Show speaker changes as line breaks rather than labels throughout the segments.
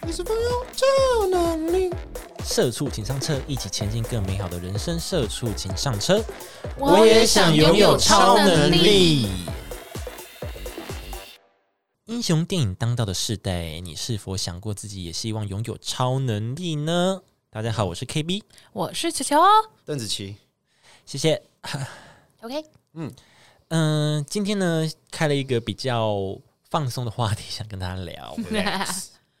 二十分钟超能力，
社畜请上车，一起前进更美好的人生。社畜请上车，
我也想拥有超能力。
英雄电影当道的世代，你是否想过自己也希望拥有超能力呢？大家好，我是 KB，
我是球哦球
邓紫 棋，
谢谢。
，OK，
嗯、今天呢开了一个比较放松的话题，想跟大家 聊。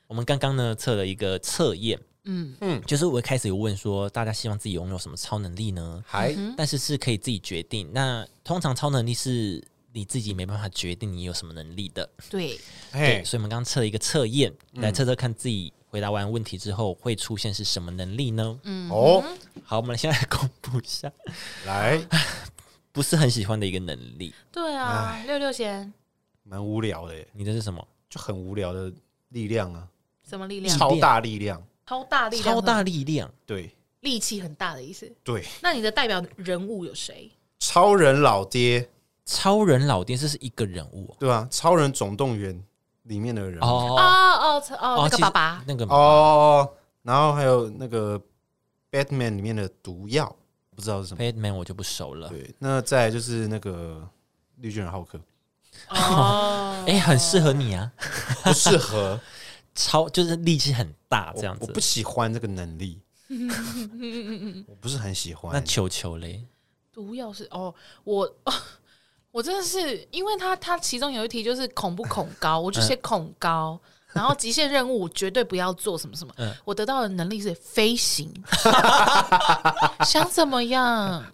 我们刚刚呢测了一个测验，
嗯，
就是我一开始有问说，大家希望自己拥有什么超能力呢？
还
但是是可以自己决定。那通常超能力是你自己没办法决定你有什么能力的，
对，
对。
哎，
所以我们刚刚测了一个测验，来测测看自己回答完问题之后会出现是什么能力呢？
哦，
好，我们现在来公布一下，
来，
不是很喜欢的一个能力，
对啊，六六弦
蛮无聊的耶，
你的是什么？
就很无聊的力量啊，
什么力量？
超大力量，
超大力量，
超大力量。
对
力气很大的意思。
对，
那你的代表人物有谁？
超人老爹，
超人老爹，这是一个人物
对吧？超人总动员里面的人
哦。
哦
哦
哦
哦
哦，那
其
个
实
爸爸，
那个
哦，然后还有那个 Batman 里面的毒药，不知道是什么。
Batman 我就不熟了。
对，那再来就是那个绿巨人浩克，
哦，
哎、很适合你啊，
不适合
超就是力气很大 这样
我，
子
我不。喜欢这个能 力，我不是很喜
那
欢。
球球嘞，
毒药是哦，我 我真的是，因为他他其中有一题就是恐不恐 高，我就写恐高。
嗯
然后极限任务我绝对不要做什么什么，我得到的能力是 飞行，想怎么样？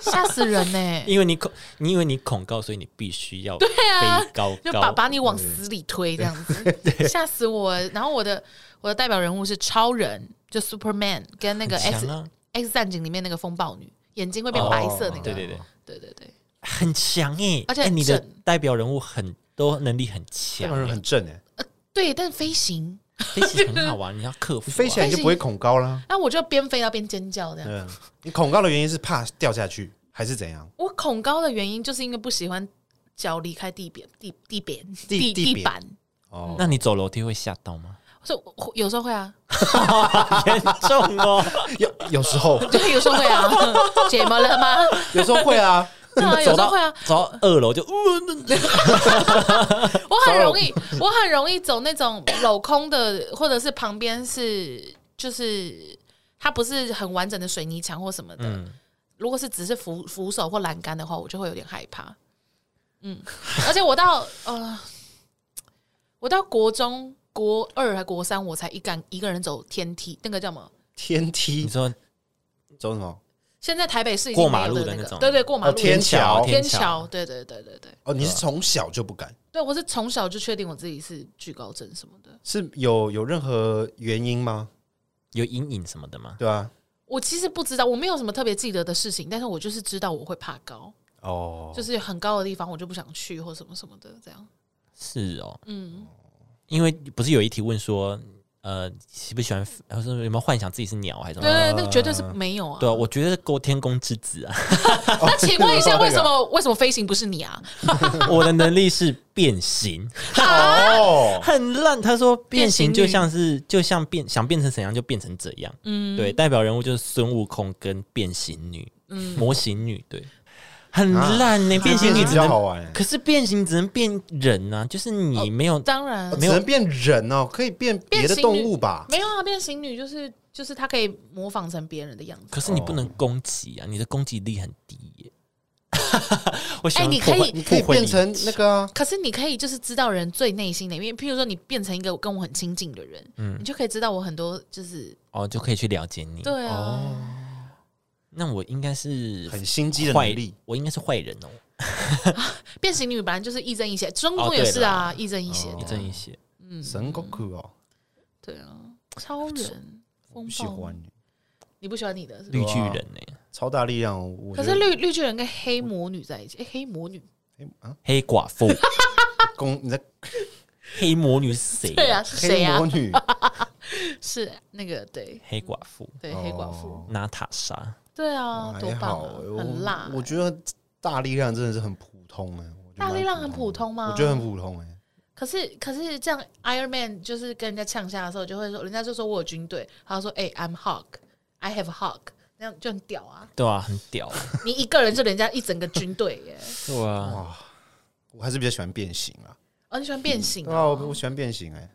吓死人欸呢、
因为你恐，你以为你恐高，所以你必须要对
啊
飞高
就
高。
把把你往死里推这样 子，吓死我！然后我的我的代表人物是超人，就 Superman 跟那个
很
X、
强啊哦
X 战警里面那个风暴女，眼睛会变白色那
哦
个，
对对对，
对对对
很强哎、
而且
哎你的
正
代表人物很多能力很
这
强、欸
帮人很正哎、
对，但飞行，
飞起来很好玩，你要克服、
你
啊。
飞起来你就不会恐高啦。
那我就边飞到边尖叫这样。
对，啊你恐高的原因是怕掉下去还是怎样？
我恐高的原因就是因为不喜欢脚离开地边地地边
地地
地
扁
板，
哦，
那你走楼梯会吓到吗？
所以我有时候会啊，
严重哦！
有有时候
对，有时候会啊， 怎么了吗？
有时候会啊，
对啊，
走
有时候
到
会啊，
走到二楼就，呃
嗯
我很 容易，我很容易走那种镂空的，或者是旁边是就是它不是很完整的水泥墙或什么的。
嗯
如果是只是扶扶手或栏杆的话，我就会有点害怕。嗯，而且我到呃，我到国中国二还国三，我才一敢一个人走天梯，那个叫什么？
天
你
梯
说
走什么？
现在台北市已经
过马
没有
路的
的那
那
个
种
对对，过马
哦
路
天桥
天
桥
桥，对对对对对，
哦，你
嗯
是从小就不敢，
对我是从小就确定我自己是惧高症什么的。
是有有任何原因吗？
有阴影什么的吗？
对啊，
我其实不知道，我没有什么特别记得的事情，但是我就是知道我会怕高，
哦，
就是很高的地方我就不想去或什么什么的这样。
是哦，
嗯，
因为不是有一题问说，呃，喜不喜欢，或者有没有幻想自己是鸟还是什
对
么？
对，对那个绝对是没有啊。
哦对啊，我觉得勾天宫之子啊，
那请问一下，为什么为什么飞行不是你啊？
我的能力是变形，
哦，
很烂。他说变形就
变形女
像是就像变想变成怎样就变成怎样，
嗯，
对，代表人物就是孙悟空跟变形女，
嗯，
模型女，对，很烂呢、变形
啊变
女
形比
只
较
能
好玩欸，
可是变形只能变人啊，就是你没有、
当然
哦
没
只
有
能变人哦，可以变别的动物吧？
没有啊，变形女就是就是她可以模仿成别人的样子。
可是你不能攻击啊，你的攻击力很低耶、 我喜欢
哎你
破坏
可以
你可以
破坏力
变成那个啊，
可是你可以就是知道人最内心的一面，譬如说你变成一个跟我很亲近的人，
嗯
你就可以知道我很多就是
哦，就可以去了解你。
对啊，
哦那我应该是
很心机的
坏
能力，，
我应该是坏人哦，
变形女本来就是亦正亦邪，中
哦
共
对
也是
啦哦
啊，亦正亦邪
一
的。
正一邪。
嗯
神狗酷哦，
对啊，超人风
不喜
暴
欢
女，你不喜欢你的是不
啊
绿
是？
巨人呢、
超大力量，我
可
觉
是
得
绿绿巨人跟黑魔女在一起，哎，黑魔女
黑寡 妇、
公你在
黑魔女是谁、
对，啊，是谁
黑
啊
魔？女
是那个对
黑寡妇
对黑寡妇，
哦
娜塔莎，
对啊，多
还
棒
好
啊，
欸，我
很辣欸。
我觉得大力量真的是很普通哎，我觉得
大
蛮
力浪很普通吗？
我觉得很普通哎，
可是可是这样，Iron Man 就是跟人家呛下的时候，就会说，人家就说我有军队，他说，哎、i m Hawk，I have Hawk，那样就很屌啊！
对啊，很屌，
你一个人就人家一整个军队耶！
对啊，
哇，我还是比较喜欢变形啊。
哦，你喜欢变形、
对啊，
哦
我我喜欢变形哎、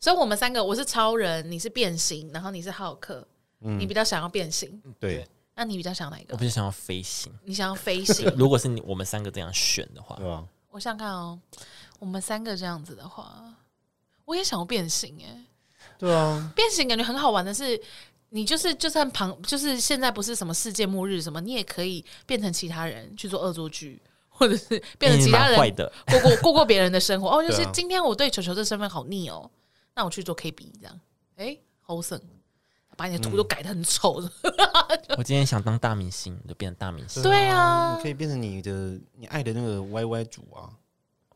所以我们三个，我是超人，你是变形，然后你是浩克，你比较想要嗯变形，
对，
那你比较想哪一
嗯我
个
比？较想要飞行。
你想要飞行？
如果是你我们三个这样选的话
对，啊吧？
我想想看哦，我们三个这样子的话，我也想要变形哎。
对啊，
变形感觉很好玩的是，你就是就算旁就是现在不是什么世界末日什么，你也可以变成其他人去做恶作剧，或者是变成
欸
其他
蛮坏
人
的，
过过过过别人的生活。哦，就是
对啊
今天我对球球这身份好腻哦，那我去做 KB 这样，哎、好省。把你的图都
嗯
改的很丑，
我今天想当大明星，就变成大明星。
对啊
你，可以变成你的你爱的那个 YY 主啊，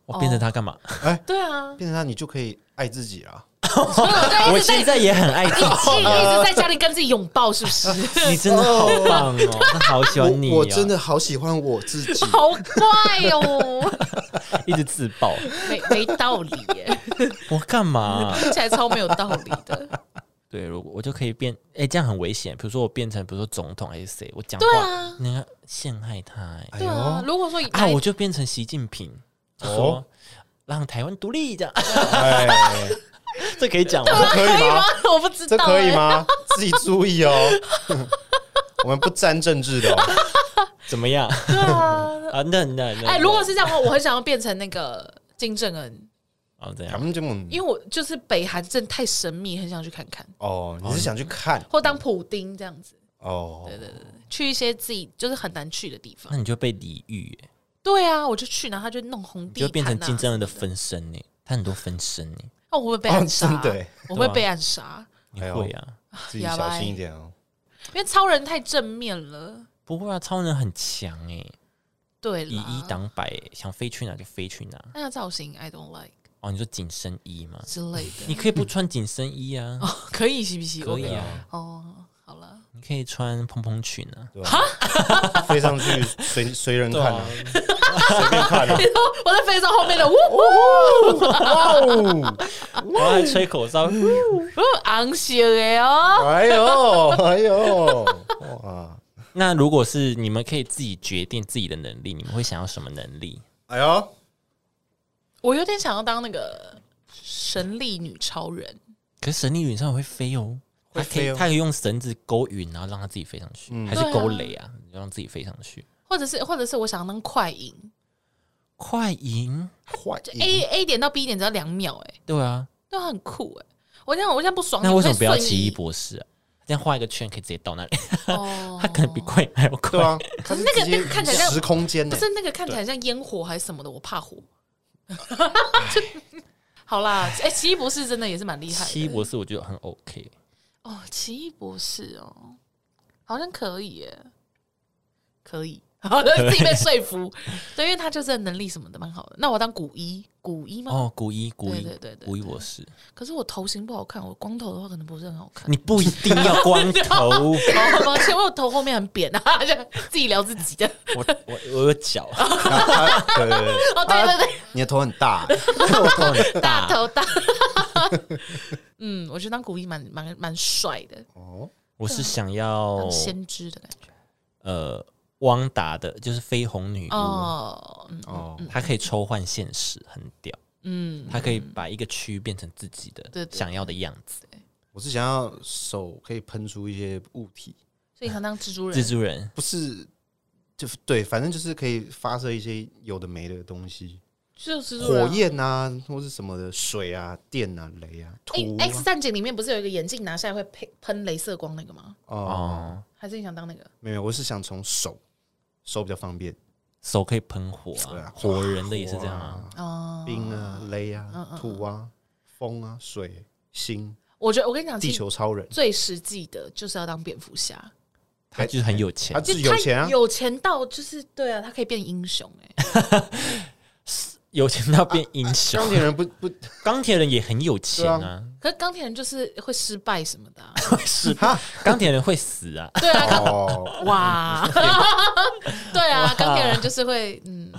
我变成他干嘛？
对啊，
变成他你就可以爱自己啊啦。
所以我在一
哦我
直哦在
现在也呃很爱自己，啊
一直在家里跟自己拥抱，是 不是？，
你真的好棒哦，他好喜欢你哦，
我我真的好喜欢我自己
好怪哦，
一直自爆，
没没道理 耶，
我干嘛？
听起来超没有道理的。
对，如果我就可以变，哎，这样很危险。比如说我变成，比如说总统还是谁，我讲
对
话，
啊，
你要陷害他，哎，
哎
对啊，
呦，
如果说
啊，
哪一
我就变成习近平，就说
哦
让台湾独立这样，
哎，
这可以讲吗？
这可以吗？
我不 知
这
道、
可以
欸？
吗？自己注意哦， 我们不沾政治的哦。
怎么样？
对啊，
啊，那那那，
哎、如果是这样的话，我很想要变成那个金正恩，
哦这
咱
样，
们这嗯种
因为我就是北韩真的太神秘，很想去看看，
哦，你是想去看
或当普丁这样子，
哦？
去一些自己就是很难去的地方。
那你就被礼遇，哎
对啊，我就去，然后他就弄红
你
地毯、
就
啊，
变成金正恩的分身呢，哎他很多分身呢，
哦，我会被
哦，
暗杀、
真的耶，
我
啊
会被暗杀，
你
哎呦
会啊？
自己小心一点哦。
因为超人太正面了。
不会啊，超人很强哎，
对啦，
以一挡百欸，想飞去哪就飞去哪。
那个造型 I don't like
哦，你说紧身衣吗？
之类 的，哦
你可以不穿紧身衣啊，
可以是不是？
可以
我
啊，
哦，好了，
你可以穿蓬蓬裙啊。
对吧？ 飞上去随随人看啊，随便看啊。
你说 我在非洲后面的，呜呜。
哇哦！
我还吹口哨，
不昂笑的哦，
哎呦哎呦！哇！
那如果是你们可以自己决定自己的能力，你们会想要什么能力？
哎呦！
我有点想要当那个神力女超人，
可是神力云上会飞哦，
会
它可
飞
以
哦
它可以用绳子勾云，然后让它自己飞上去，还是勾雷啊，你就让自己飞上去。
或者是或者是我想要当快银
快赢，
坏
就
意
，A A 点到 B 点只要两秒、哎，
对啊，
都很酷哎、我现在我现在不爽，
那为什么不要
哦你会瞬
奇
移
异？博士啊？这样画一个圈可以直接到那里，
哦
它可能比快还要快。
对啊，
可是那个那个看起来像
时空间
不
呢，
是那个看起来像烟火还是什么的，我怕火。 好啦，哎、奇异博士真的也是蛮厉害
奇异
的
博士我觉得很 OK，
哦，奇异博士哦，好像可以耶，可以， 好的，自己被说服，对，因为他就是能力什么的蛮好的。那我当古一，古一吗？
哦，古一古一
啊对对对对
古一博士，
可是我头型不好看，我光头的话可能不是很好看。
你不一定要光 头，
哦，抱歉，我有头后面很扁啊， 就自己聊自己的。
我我我有脚，啊
对对对，
哦，对对对，
你的头很大，
我头很大，
大头大。嗯，我觉得当古一蛮蛮蛮帅的，
我是想要
当先知的感觉。
呃汪达的，就是绯红女巫，
哦，嗯
哦，
她可以抽换现实，很屌，
嗯，
她可以把一个区变成自己的
对对
想要的样子。
我是想要手可以喷出一些物体，
所以想当蜘蛛人。
蜘蛛人
不是，就是对，反正就是可以发射一些有的没的东西，
就是蜘蛛人
火
啊
焰啊，或是什么的，水啊、电啊、雷啊、
欸
土
X
啊
战警里面不是有一个眼镜拿下来会喷喷镭射光那个吗？
哦，
哦，
还是你想当那个？
没有，我是想从手，手比较方便，
手可以喷火
对啊，
啊火人的也是这样啊。
哦，
冰啊、雷
嗯
啊、土啊、风啊、水、星，
我觉得我跟你讲，
地
其实
球超人，
最实际的就是要当蝙蝠侠，
他就是很有钱
他，
就
自己有钱
他
啊，
有钱到就是对啊，他可以变英雄哎、
有钱到变英雄
钢。铁人不 不
钢铁人也很有钱啊，
可是钢铁人就是会失败什么的、啊，
是
哈
钢铁人会死啊，
对啊，
哦，
哇，对啊，钢铁人就是会嗯。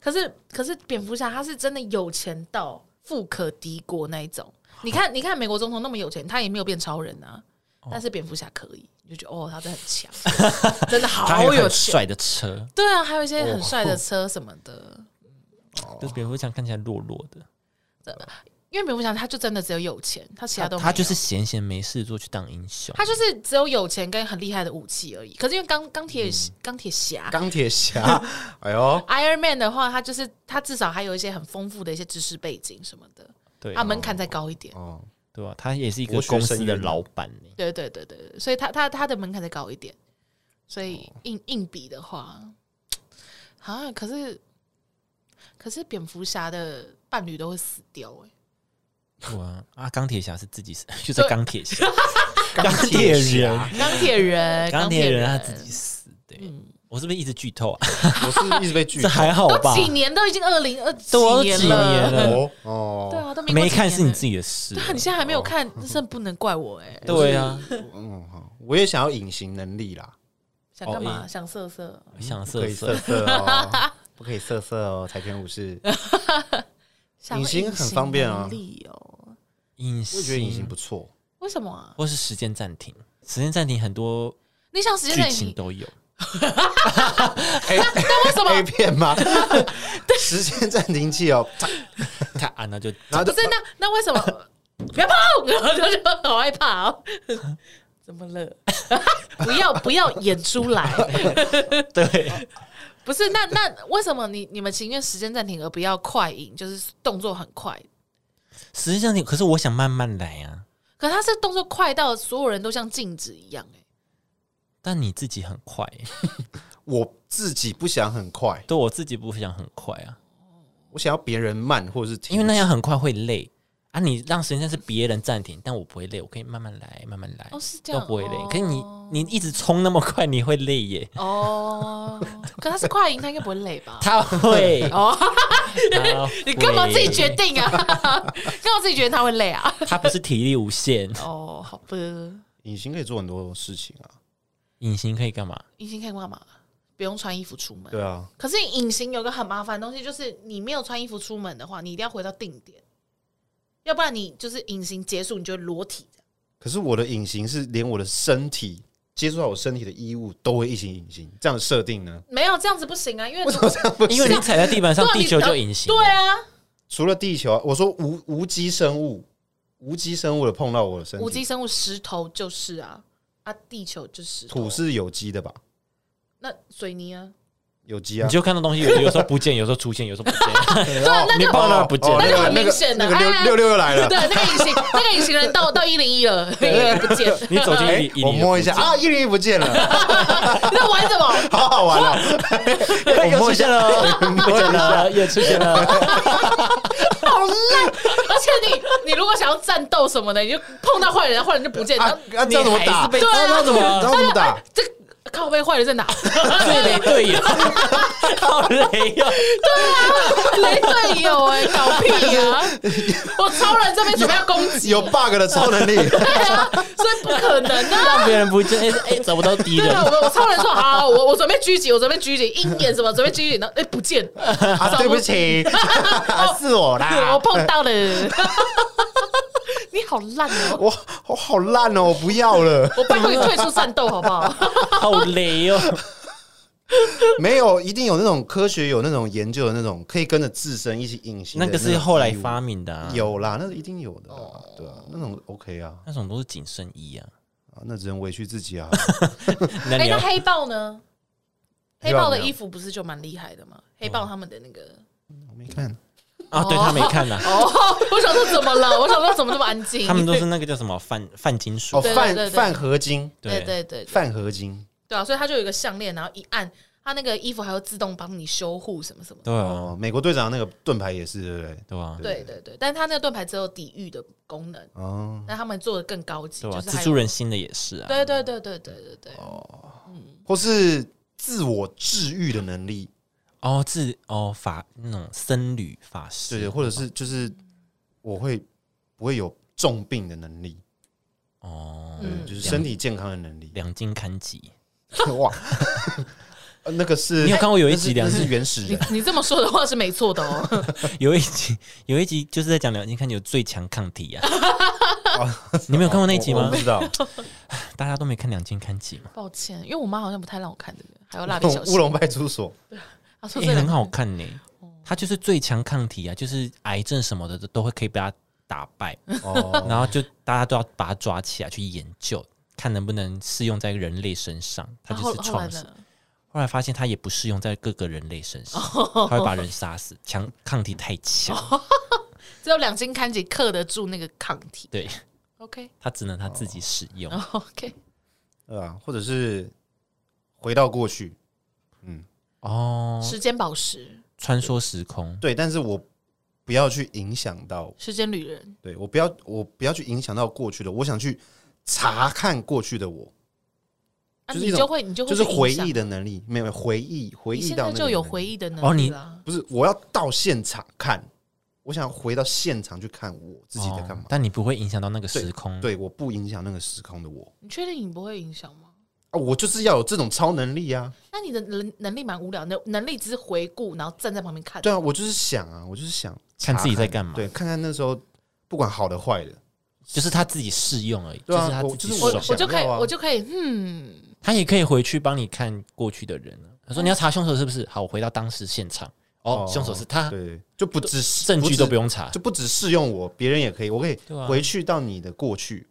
可是可是蝙蝠侠他是真的有钱到富可敌国那一种。你看你看美国总统那么有钱，他也没有变超人啊，
哦
但是蝙蝠侠可以，你就觉得哦，他真的很 强，真的
他还
好
有
有
很
钱。
帅的车，
对啊，还有一些很帅的车什么
哦
的。
哦
就是蝙蝠侠看起来弱弱的，
因为蝙蝠侠他就真的只有有钱，他其他都没有
他就是闲闲没事做去当英雄。
他就是只有有钱跟很厉害的武器而已。可是因为钢
嗯
钢铁钢铁侠
钢铁侠，哎呦，
Iron Man 的话，他就是他至少还有一些很丰富的一些知识背景什么的，
对
啊，门槛再高一点。
哦，
对吧？他也是一个
博学
公
生
司的
源
老板呢。
对对对对对，所以他他他的门槛再高一点，所以硬硬比的话，啊，可是可是蝙蝠侠的伴侣都会死掉哎、
哇啊！钢铁侠是自己死， 就在
对哎
钢铁侠，
钢
铁
侠
人，
钢铁人，嗯
钢铁
铁
人他自己死的。我是不是一直剧透啊？
我是一直被拒
这还好
都
吧？
几年都已经二零二几
都
年
几年
了，
了
哦
对
哦，
啊，都 民国
没
几
看
年
是你
了
自己的哦事
对。啊，你现在还没有看，真的不能怪我哎、
对啊，
嗯，好我也想要隐形能力啦，
想干嘛？
哦
想色色？
想
不可
色
以
色
色，色 哦，不可以色色哦，柴犬武士，
想
隐形
要
很方便啊
能力哦，
隐
我也觉得隐形
形
不 错，
为什么啊？
或是时间暂停，时间暂停很多
你想时间
剧
暂
情
停？
都 有。
那
为什
啊
A
么？
片 吗？时间暂停器哦，
他 啊，那就
然后
不
就是
那那为什么？不要碰！ 我就就好害怕哦。 怎么了？ 不要不要演出来！
对，
不是那那为什么你你们情愿时间暂停而不要快影？就是动作很快，
时间暂停。可是我想慢慢来啊，
可他是动作快到所有人都像静止一样哎、
但你自己很快欸，
我自己不想很快，
对我自己不想很快啊，
我想要别人慢或者是停
因为那样很快会累啊。你让时间暂停是别人暂停，但我不会累，我可以慢慢来，慢慢来，
哦是这
都
样，
不会累
哦。
可是你你一直冲那么快，你会累耶。
哦，可他是快银，他应该不会累吧？
他 会，
哦，
他
你干嘛
会
自己决？定啊？ 干嘛自己决定他会累啊？
他不是体力无限，
哦，好吧，
隐形可以做很多事情啊，
隐形可以干嘛？
隐形可以干嘛？不用穿衣服出门。
对啊，
可是隐形有个很麻烦的东西，就是你没有穿衣服出门的话，你一定要回到定点，要不然你就是隐形结束，你就会裸体这样。
可是我的隐形是连我的身体接触到我身体的衣物都会一起隐形，这样的设定呢？
没有这样子不行 啊，因为
为什么这样不
因为
行？
你踩在地板上，
对啊你
地球就隐形。
对，啊，
除了地球啊，我说无无机生物，无机生物的碰到我的身体，
无机生物石头就是啊，啊，地球就是
土是有机的吧？
那水泥啊，
有机啊
你，就看到东西有有时候不见，有时候出现，有时候不见。
对哦
啊那
哦你
就
碰到不见，
那就很
那
明
个
显的
那个
哎哎
六六六又来了
对，，那个隐形，那个隐形人到到一零一了，也不见。
你走进
哎
一零一，
我摸一 下
不见，
啊，一零一不见了，
那玩什么？
好好玩哦 了，
我摸一哎下了， 摸一
啊
了， 又出现了。
好烂！而且你你如果想要战斗什么的，你就碰到坏人，坏人就不见，
啊
然后
啊，这样怎么
你还
打？
是被
啊
对啊
那怎么那怎么打？
哎这个靠背坏人 在哪？啊
对雷队 友，好哦雷哟！
雷队友哎，搞屁 呀！我超人这边准备要攻击，
有 bug 的超能力，
对啊，所以不可能啊！
让别人不见，哎哎，找不到敌
对
人
啊，。我我超人说好，我我准备狙击，我准备狙击，鹰眼什么准备狙击，然后哎不见，
啊，对不起，是我
我
啦，
碰到了。你好烂哦！
我我好烂哦，我不要了，
我拜托你退出战斗好不
哎
好？
好雷哦！
没有，一定有那种科学有那种研究的那种可以跟着自身一起隐形的种
那
衣物，
个是后来发明的啊，
有啦，那是一定有的啦，
哦
对啊，那种 OK 啊，
那种都是紧身衣啊。
啊那只能委屈自己 啊，
那你
哎、那
要
黑豹呢？黑
黑豹
豹的
没有
衣服不是就蛮厉害的吗？黑豹他们的那个
我没看，
啊？对他没看 呐，
哦，我想说怎么了？我想说怎么那么安静？
他们都是那个叫什么泛泛金
哦，
属。
对对对
泛
对
泛合金，
对对对对
泛合金，
对啊！所以它就有一个项链，然后一按，它那个衣服还会自动帮你修护什么什么。
对啊，
哦，美国队长那个盾牌也是，对不对？
对啊，
对对对，但是它那个盾牌只有抵御的功能，
哦，
那他们做的更高级，
对啊，
就是还
蜘
有
蛛。人哦新的也是啊。
对对对对对对对，
或是自我治愈的能力，
哦，自哦法那种僧侣法师，
对对，或者是就是我会不会有重病的能力，
哦，
嗯
就是身体健康的能力。
两金堪吉，
哇， 呃那个是
你有看过有一
那是
集两
那是
性
原始
你
人，
你这么说的话是没错的哦。
有一集，有一集就是在讲两性看有最强抗体啊。 你没有看 过那一集
哦我我
吗
不？知道，
大家都没看两性看集嘛？
抱歉，因为我妈好像不太让我看这个，还 有蜡 笔小
乌
新，
龙派出所
她啊说哦
也、
这
欸
个
哎很好看呢、它就是最强抗体啊，就是癌症什么的都都会可以被它打败，
哦，
然后就大家都要把它抓起来去研究，看能不能适用在人类身上。它
然后
就是
后来
创新。
呢？
后来发现它也不适用在各个人类身上，
哦
它会把人杀死，强抗体太强，
只有两斤看几克得住那个抗体。
对，
OK
它只能它自己使用。
哦 OK，
对啊，或者是回到过去，嗯，
哦，
时间宝石，
穿梭时空，
对，但是我不要去影响到，
时间旅人，
对我不要我不要去影响到过去的，我想去查看过去的我，
啊，
就是
你
一种
就会你就会
就是
去
回
影响
忆，的能力，没有回忆回
你
忆
现
到
在
那
就
个
有
能力
回忆的
哦
能
你
力啦。
不是，我要到现场看，我想回到现场去看我自己在干嘛。
哦但你不会影响到那个时空。
对，我不影响那个时空的我
你确定你不会影响吗？
啊，我就是要有这种超能力啊！
那你的能能力蛮无聊，能能力只是回顾，然后站在旁边看。
对啊，我就是想啊，我就是想
看自己在干嘛
对，看看那时候不管好的坏的，
就是他自己试用而已，
对啊
是他
我
自己
就是
我
爽
想
我就可以
要啊
我就可以，嗯，
他也可以回去帮你看过去的人啊。他说你要查凶手是不是？好，我回到当时现场，哦
哦，
凶手是他，
对，就不只
证据都不
用，
用查
就。不只适用我，别人也可以，我可以
对啊
回去到你的过去，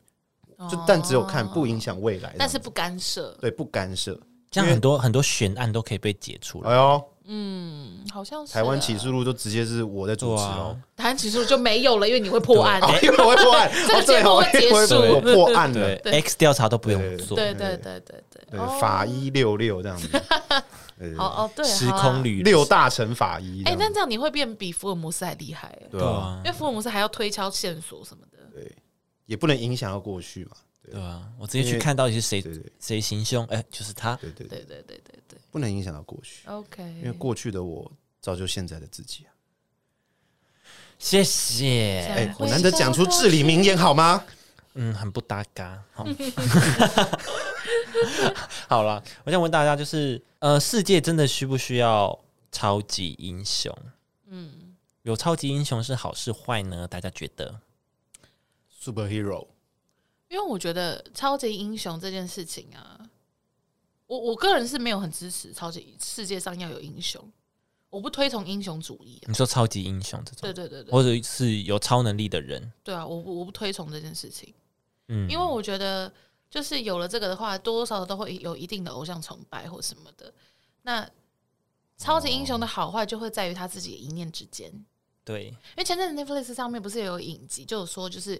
就但只有看，不影响未来，
嗯哦但是不干涉。
对不干涉。
这样很多很多悬案都可以被解除了。
哎呦，
嗯，好像是
台湾
啊
起诉录就直接是我在主持哦，
台湾起诉就没有了，因为你会破
啊
案。
哦因为我会破案，
这个
哦对哦
节目会
因为
结束
我破案了
对。，X 调查都不用做。
对对对对对，
对，
哦
法医六六这样子，对
哦哦对，
时
好啊
空。旅人
六大成法医这
哎，
样子，
那这样你会变比福尔摩斯还厉害欸，
对
对
啊，
啊
因为福尔摩斯还要推敲线索什么的。
也不能影响到过去嘛，
对啊，我直接去看到底是谁
对对
谁行凶，哎，就是他。
对对对，
对对对对对
不能影响到过去，因为
，OK。
过去的我造就现在的自己啊。
谢
下
谢。
哎
回，
我难得讲出至理名言好吗？
嗯，很不搭嘎。 好，好了，我想问大家，就是呃，世界真的需不需要超级英雄？嗯，有超级英雄是好是坏呢？大家觉得？
superhero，
因为我觉得超级英雄这件事情啊，我我个人是没有很支持超级世界上要有英雄，我不推崇英雄主义、啊。
你说超级英雄这
对
种，
对对对，
或者是有超能力的人？
对啊，我不我不推崇这件事情，
嗯，
因为我觉得就是有了这个的话，多多少少都会有一定的偶像崇拜或什么的。那超级英雄的好坏就会在于他自己的一念之间。
对
因为前阵子 Netflix 上面不是也有影集，就有说就是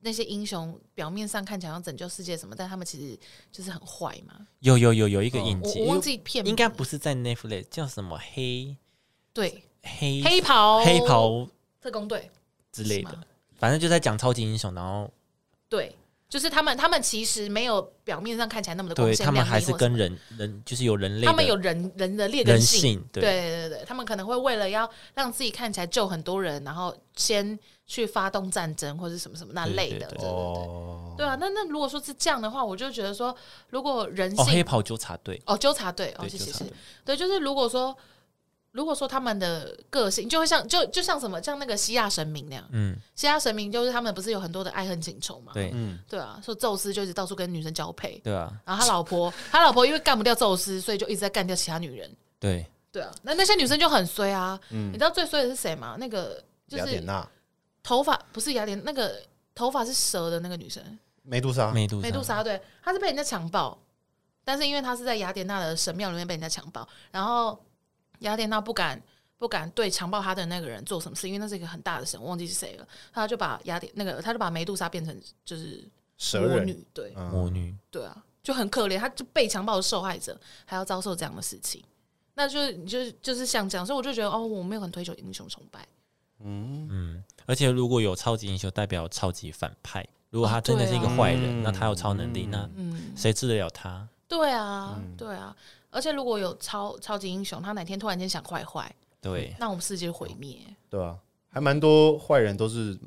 那些英雄表面上看起来要拯救世界什么，但他们其实就是很坏嘛。
有有有有一个影
我
集，
哦嗯我忘记片名
应该不是在 Netflix，叫什么黑
对
黑
黑袍
黑袍
特工队，
之类
是
的
吗，
反正就在讲超级英雄，然后
对，就是他们他们其实没有表面上看起来那么的光
对
鲜
他们
亮丽
还是
或什
跟
么
人人就是有人类的，
他们有人人的劣根
人
性。
性，对
对对对对，他们可能会为了要让自己看起来救很多人，然后先去发动战争或者什么什么那类的。
对对对哦
对对
哦
对对啊，那那如果说是这样的话，我就觉得说，如果人
哦，黑
性
袍纠察队，
哦纠察队哦，
对
谢
纠
谢
察
谢
队
谢，对，就是如果说如果说他们的个性就会像就就像什么像那个希腊神明那样，
嗯，
希腊神明就是他们不是有很多的爱恨情仇嘛？
对
嗯，
对啊，说宙斯就一直到处跟女生交配，
对啊，
然后他老婆他老婆因为干不掉宙斯，所以就一直在干掉其他女人。
对，
对啊，那那些女生就很衰啊。你知道最衰的是谁吗？那个
嗯
就
雅典
是
娜、
头发不是雅典，那个头发是蛇的那个女生，
梅杜莎，
美杜
美杜
啊
莎，
莎，对，她是被人家强暴，但是因为她是在雅典娜的神庙里面被人家强暴，然后雅典娜不敢不敢对强暴她的那个人做什么事，因为那是一个很大的神，我忘记是谁了，她就把雅典那个，她就把梅杜莎变成就是
蛇
魔
人，嗯
女，对
魔女，
对啊，就很可怜，她就被强暴的受害者还要遭受这样的事情。那就是就是就是像这样，所以我就觉得哦，我没有很推崇英雄崇拜，
嗯，而且如果有超级英雄，代表超级反派。如果他真的是一个
哦对啊
坏人，
嗯
那他有超能力，那
嗯，
谁治得了他？
对啊，
嗯
对啊，而且如果有超超级英雄，他哪天突然间想坏坏，
嗯
对，
啊
那我们世界就毁灭。
对吧？还蛮多坏人都是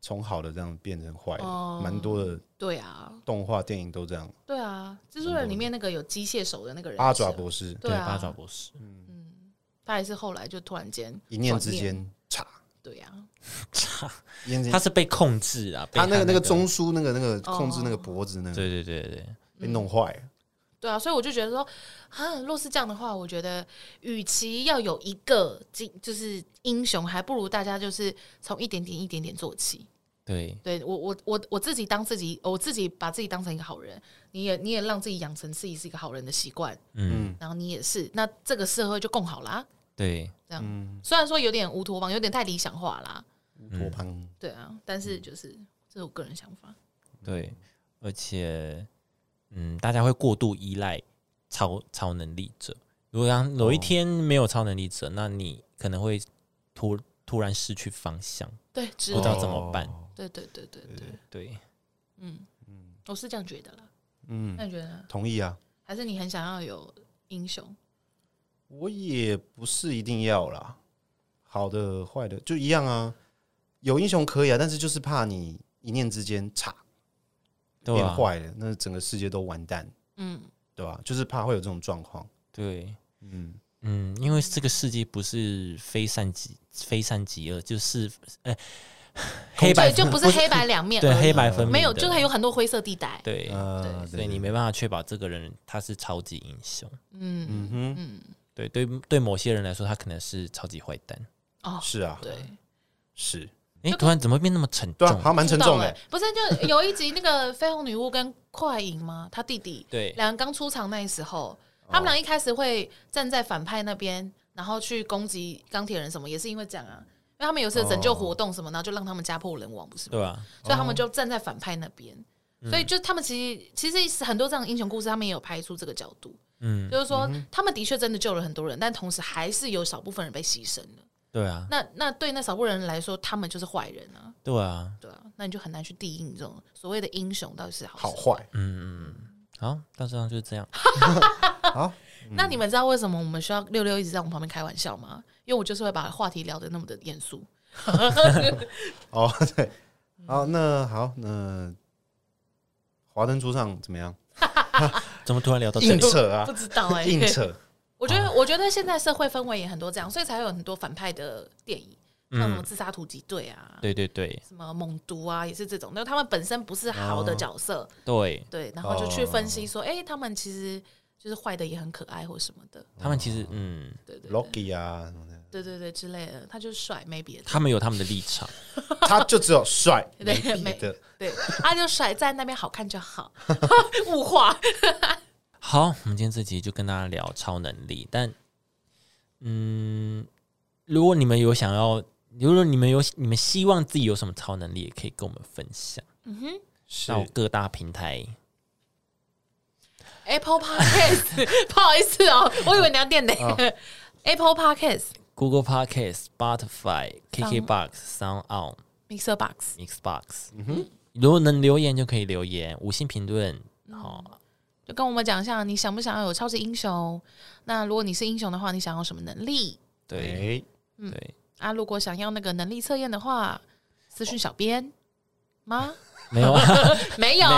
从好的这样变成坏的，
哦
蛮、多的
对啊，
动画电影都这样。
对啊，蜘蛛人里面那个有机械手的那个人，
嗯八爪，博士
对啊，嗯
八爪博士，
他也是后来就突然间
一念之
转念，
间，嚓，
对啊，
一念之
他
间，
是被控制啊，被
他那个那
那
个中枢那个那个控制
哦
那个脖子那个
对对对对对，
被弄坏了，
对啊，所以我就觉得说，啊，若是这样的话，我觉得与其要有一个进就是英雄，还不如大家就是从一点点一点点做起。
对，
对我我我我自己当自己，我自己把自己当成一个好人，你也你也让自己养成自己是一个好人的习惯，
嗯，
然后你也是，那这个社会就更好啦。
对，
这样、虽然说有点乌托邦，有点太理想化啦，
嗯托邦
对啊，但是就是、这是我个人想法。
对，而且，嗯，大家会过度依赖超超能力者。如果当有一天没有超能力者，那你可能会突突然失去方向，
对，知
不
哦
知道
道，
怎么办。
对对对对对，
对，
嗯我是这样觉得啦。
嗯，
那你觉得呢？
同意啊，
还是你很想要有英雄？
我也不是一定要啦，好的坏的就一样啊，有英雄可以啊，但是就是怕你一念之间嚓
对
变
啊，
坏了，那整个世界都完蛋，
嗯，
对吧、就是怕会有这种状况，
对，
嗯，
嗯，因为这个世界不是非善即非善即恶，就是呃，黑白
对，就不是黑白两面而
对
已，
黑白分明的，
没有，就是有很多灰色地带。
对，
呃，
所以你没办法确保这个人他是超级英雄。
嗯
嗯
嗯，
对对对，某些人来说，他可能是超级坏蛋。
哦
哼，，是啊，
对，
是，
哎、
就
突然怎么变那么沉
对
重？
啊，好像蛮沉
知道
重的
了，不是，就有一集那个绯红女巫跟快银吗？他弟弟
对
两人刚出场那时候，他们俩一开始会站在反派那边，然后去攻击钢铁人什么，也是因为这样啊。因为他们有时候拯救活动什么，然后就让他们家破人亡，不是吗？
对啊吧？
所以
哦
他们就站在反派那边。
嗯
所以就他们其实其实很多这样的英雄故事，他们也有拍出这个角度，
嗯，
就是说他们的确真的救了很多人，但同时还是有少部分人被牺牲了。
对啊，
那那对那少部分人来说，他们就是坏人啊，
对啊，
对啊，那你就很难去定义这种所谓的英雄到底是好事
好坏，
嗯好，大致上就是这样。
好，
那你们知道为什么我们需要六六一直在我们旁边开玩笑吗？因为我就是会把话题聊得那么的严肃。
哦，对，好，
嗯
那好，那华灯初上怎么样？
怎么突然聊到这
硬
里？
扯啊
不，知道 哎、
硬扯， 啊
我觉得，我觉得现在社会氛围也很多这样，所以才会有很多反派的电影，像
嗯
什么自杀突击队啊，
对对对
什么猛毒啊，也是这种。那他们本身不是好的角色，
对，
对，然后就去分析说，哎、他们其实就是坏的也很可爱或什么的，
他们其实嗯，
对对
Loki 啊什么的，
对对对之类的。他就是帅，没别的，
他们有他们的立场。
他就只有帅，没
对
别的。
对，他就帅，在那边好看就好， 物化。
好，我们今天这集就跟大家聊超能力，但嗯，如果你们有想要，如果你们有你们希望自己有什么超能力，也可以跟我们分享
是
到各大平台。
Apple Podcast，不好意思哦，我以为你要念哪个、Apple Podcast
Google Podcast、Spotify、KKBox、Sound On、
Mixer Box。
Xbox，如
嗯
果能留言就可以留言，五星评论。好、
就跟我们讲一下，你想不想要有超级英雄？那如果你是英雄的话，你想要什么能力
对
哎，
对，
啊？如果想要那个能力测验的话，私讯小编吗？
没有啊。
没有，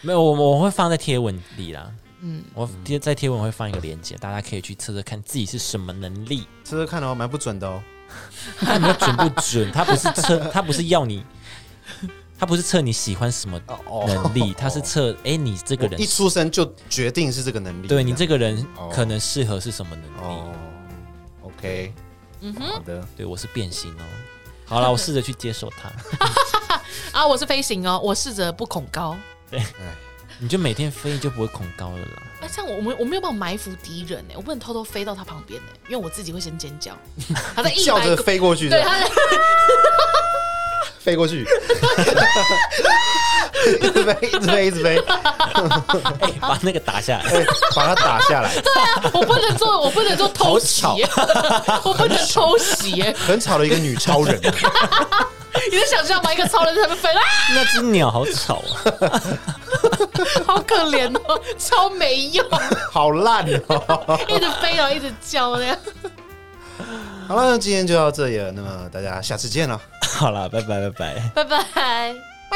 没有，我我会放在贴文里啦。
嗯
嗯，我贴在贴文会放一个链接，大家可以去测测看自己是什么能力。
吃吃看哦，蛮不准的哦。
它有没有准不准？它不是测，它不是要你，它不是测你喜欢什么
哦哦
能力，它是测哎、你这个人
一，出生就决定是这个能力。
对你这
个
个人
哦
可能适合是什么能力？
哦，OK，嗯哼，好的，
对我是变形哦。好了，我试着去接受它。
啊，我是飞行哦，我试着不恐高。
你就每天飞，你就不会恐高了啦。
那、啊这样我我们我没有办法埋伏敌人欸呢、我不能偷偷飞到他旁边呢、因为我自己会先尖叫。他在一
笑
百
着
公，
飞过去，
对，啊他在
飞过去，一直飞，一直飞，一直飞，
哎、把那个打下来。
对，把它打下来。
我不能做，我不能做偷袭欸
好，
我不能偷袭耶、
很吵的一个女超人，
你能想象吗？一个超人在那边飞啊，
那只鸟好吵啊！
好可怜哦，超没用，
好烂哦。
一直飞然后一直叫那样。
好了，那今天就到这里了，那么大家下次见了，
好啦，拜拜拜拜。
拜拜。
拜。